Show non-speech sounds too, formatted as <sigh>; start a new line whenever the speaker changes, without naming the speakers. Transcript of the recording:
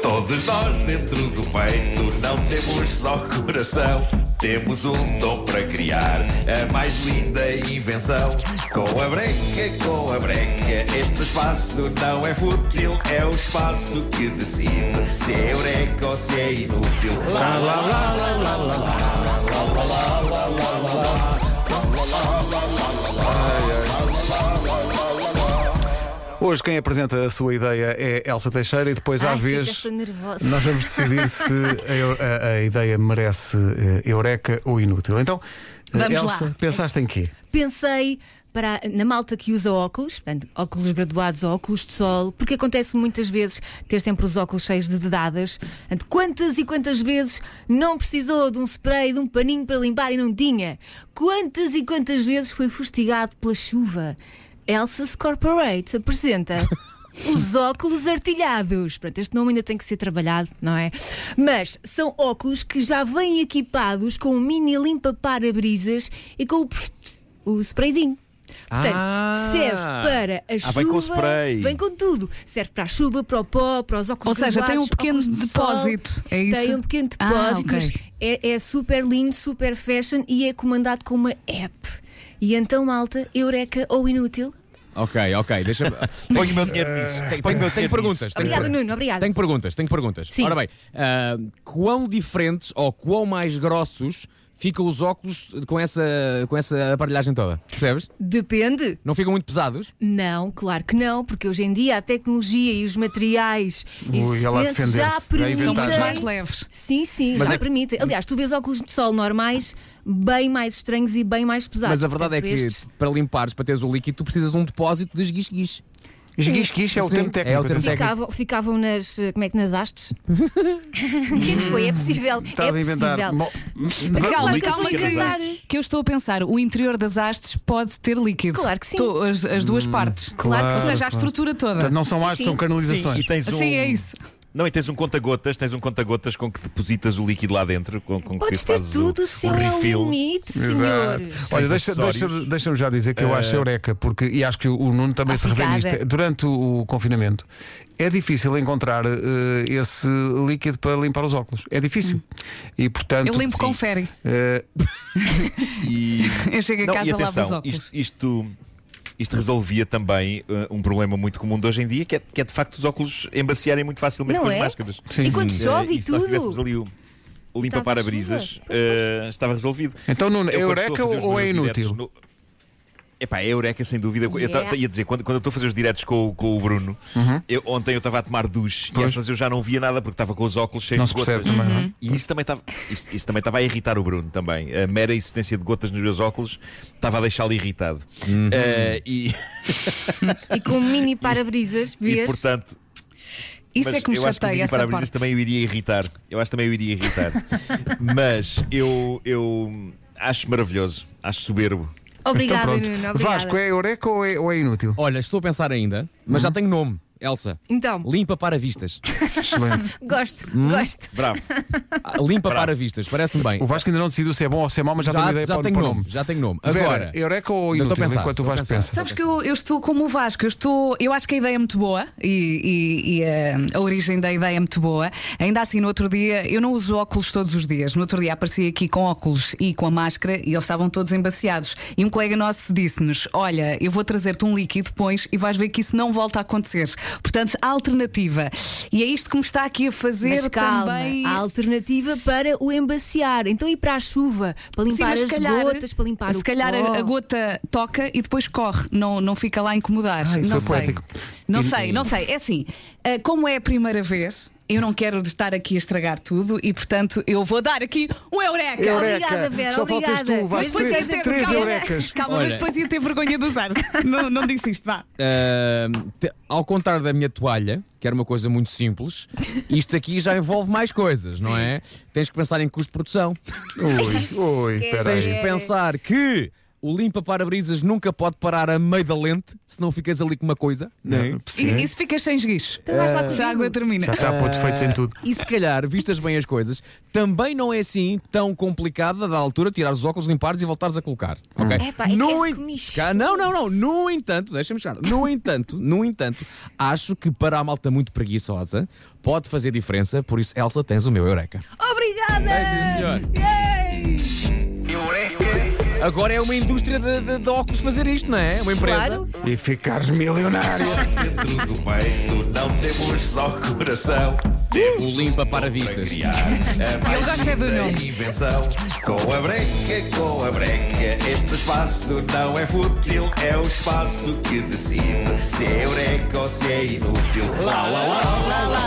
Todos nós dentro do peito não temos só coração. Temos um dom para criar a mais linda invenção. Com a breca, com a breca, este espaço não é fútil. É o espaço que decide se é eureka ou se é inútil. Lá, lá, lá, lá, lá, lá, lá.
Hoje quem apresenta a sua ideia é Elsa Teixeira e depois à
Ai, fica,
vez
estou nervosa.
nós vamos
<laughs>
decidir se a, eu- a- a ideia merece eh, eureka ou inútil. Então, eh,
Vamos
Elsa,
lá.
pensaste em quê?
Pensei para, na malta que usa óculos, portanto, óculos graduados ou óculos de sol, porque acontece muitas vezes ter sempre os óculos cheios de dedadas. Portanto, quantas e quantas vezes não precisou de um spray, de um paninho para limpar e não tinha? Quantas e quantas vezes foi fustigado pela chuva? Elsa's Corporate apresenta. Os óculos artilhados. Pronto, este nome ainda tem que ser trabalhado, não é? Mas são óculos que já vêm equipados com um mini limpa-parabrisas e com o, pf- o sprayzinho. Portanto,
Ah!
serve para a
Ah,
chuva.
vem com o spray.
Vem com tudo. Serve para a chuva, para o pó, para os óculos
Ou seja, tem um
graduados,
pequeno
óculos de
depósito,
sol.
é isso?
Tem um pequeno
Ah,
depósito, mas
ok.
é, é super lindo, super fashion e é comandado com uma app. E então, malta, eureka ou inútil?
Ok, ok, <laughs> deixa-me. Ponho o meu dinheiro nisso. Tenho, tenho, tenho perguntas. Tenho
Obrigada,
perguntas.
Nuno, obrigada.
Tenho perguntas, tenho perguntas.
Sim.
Ora bem, ah, quão diferentes ou quão mais grossos ficam os óculos com essa, com essa aparelhagem toda? Percebes?
Depende.
Não ficam muito pesados?
Não, claro que não, porque hoje em dia a tecnologia e os materiais
ela a
existentes
defender-se.
já
Já inventaram.
permitem.
São muito mais leves.
Sim, sim,
Mas
já
é-
permitem. Aliás, tu vês óculos de sol normais bem mais estranhos e bem mais pesados.
Mas a verdade é que
Portanto, tipo estes-
para limpares, para teres o líquido, tu precisas de um depósito de esguis-guis.
Esguiche é o
Sim,
termo técnico.
é o
atenção.
termo
Ficavam,
técnico.
ficavam nas. eh, Como é que nas hastes? O que é que foi? É possível.
Estás
é
a inventar.
possível.
Mo-
Claro que eu estou
Calma, calma,
a
calma.
inventar.
Que eu estou a pensar, o interior das hastes pode ter líquido.
Claro que sim.
Tô- as, as duas
Hum,
partes.
claro que
Ou
sim.
seja, a estrutura toda.
Portanto, não são
Sim,
artes,
sim.
são canalizações.
Sim, e tens um.
Sim, é isso.
Não, e tens um conta-gotas, tens um conta-gotas com que depositas o líquido lá dentro, com, com
Podes
Um que
ter
fazes
tudo,
o,
o seu
o
é o
refill.
limite,
Exato. Olha,
senhor.
Os
deixa- deixa-
acessórios.
deixa-me já dizer que eu acho eureka, porque, e acho que o o Nuno também se revê
Obrigada.
nisto. Durante o, o confinamento é difícil encontrar eh, esse líquido para limpar os óculos. É difícil. E portanto.
Eu limpo com ferro.
eh,
<laughs>
E,
<laughs> Eu chego a
não,
casa,
e
lavo os
atenção,
óculos.
isto, isto, isto resolvia também eh, um problema muito comum de hoje em dia, que é, que é de facto os óculos embaciarem muito facilmente
Não
com as
é?
máscaras.
E quando chove
Eh,
e
se nós tivéssemos
tudo.
ali o o
Estás à
limpa-parabrisas,
chuva?
eh, estava resolvido.
Então, Nuno, é
Eu, quando estou
eureka
a fazer os
ou
meus
é
diretos
inútil?
no- Epá, é eureka sem dúvida. Eu ta-
Yeah.
ia dizer, quando, quando eu estou a fazer os diretos com, o- com o Bruno,
Uhum.
eu- ontem eu estava a tomar duche e às vezes eu já não via nada porque estava com os óculos cheios
Não
de
se percebe
gotas.
também, não é?
E isso também estava isso, isso também estava a irritar o Bruno também. A mera existência de gotas nos meus óculos estava a deixá-lo irritado. Eh, e,
E com um mini para-brisas,
e,
vês?
portanto,
Isso
mas
é que me
eu acho que o
chateia
mini
essa
parabrisas
parte.
também o iria irritar. Eu acho que também o iria
<laughs>
irritar. Mas eu, eu acho maravilhoso, acho soberbo.
então
Obrigada,
pronto.
Ah, Nuno. Obrigada.
Vasco, é eureka ou é, ou é
<laughs>
inútil?
Olha, estou a pensar ainda, mas
Hum?
já tenho nome, Elsa.
Então.
Limpa para
<laughs>
vistas.
Excelente.
Gosto, gosto.
Bravo.
Ah, Limpa para vistas, parece-me bem.
O Vasco ainda não decidiu se é bom ou se é mau, mas já, tem uma ideia para,
tenho
para o
nome, já tenho nome.
Vera,
Agora,
eureka ou
Não, estou a
inútil?
pensar,
enquanto o
estou a
Vasco
pensar.
pensa.
Sabes que eu, eu estou como o Vasco, eu, estou, eu acho que a ideia é muito boa e, e- e a, a origem da ideia é muito boa. Ainda assim, no outro dia, eu não uso óculos todos os dias. No outro dia apareci aqui com óculos e com a máscara e eles estavam todos embaciados. E um colega nosso disse-nos: Olha, eu vou trazer-te um líquido depois e vais ver que isso não volta a acontecer. Portanto, a alternativa. E é isto que me está aqui a fazer
Mas calma,
também.
há alternativa para o embaciar. Então ir para a chuva, para
Sim,
limpar
mas se
as
calhar-
gotas, para limpar
se
o
calhar
pó.
a- a gota toca e depois corre, não, não fica lá a incomodar.
Ah, isso
não
foi
sei.
poético.
Não sei, não sei. É assim, ah, como é a primeira vez, eu não quero estar aqui a estragar tudo e, portanto, eu vou dar aqui um eureka.
Eureka. Vera,
Só faltas
obrigada.
tu, Vasco.
Mas depois
Três,
é ter-
três
calma.
eurecas.
Calma,
Olha.
mas depois ia ter vergonha de usar. não, não disse isto, vá.
Ahm, te- ao contrário da minha toalha, que era uma coisa muito simples, isto aqui já envolve mais coisas, não é? Tens que pensar em custo de produção.
Ui, ui,
Esquece.
espera
Tens
aí.
que pensar que o limpa-parabrisas nunca pode parar a meio da lente, senão ficas ali com uma coisa.
Não, sim. Eh,
E, e se ficas sem esguicho?
Então vais lá
Se a
comigo.
água termina.
Já está a pôr defeitos em tudo.
E se calhar, vistas bem as coisas, também não é assim tão complicada da altura tirar os óculos, limpares e voltares a colocar. ok?
Epá, é que
No
é
en-
comichos.
Cá- Não, não, não. No entanto, deixa-me chegar. No entanto, no entanto, acho que para a malta muito preguiçosa pode fazer diferença, por isso, Elsa, tens o meu Eureka.
Obrigada! Yay!
Agora é uma indústria de, de- de óculos fazer isto, não é? Uma empresa.
Claro,
E ficares milionário.
Dentro do peito não temos só coração. Temos
O limpa
um
para
dom
vistas.
criar. A mais
gosto é do
linda
nome.
invenção. Com a breca, com a breca. Este espaço não é fútil. É o espaço que decide se é eureka ou se é inútil. Lá, lá, lá, lá, lá,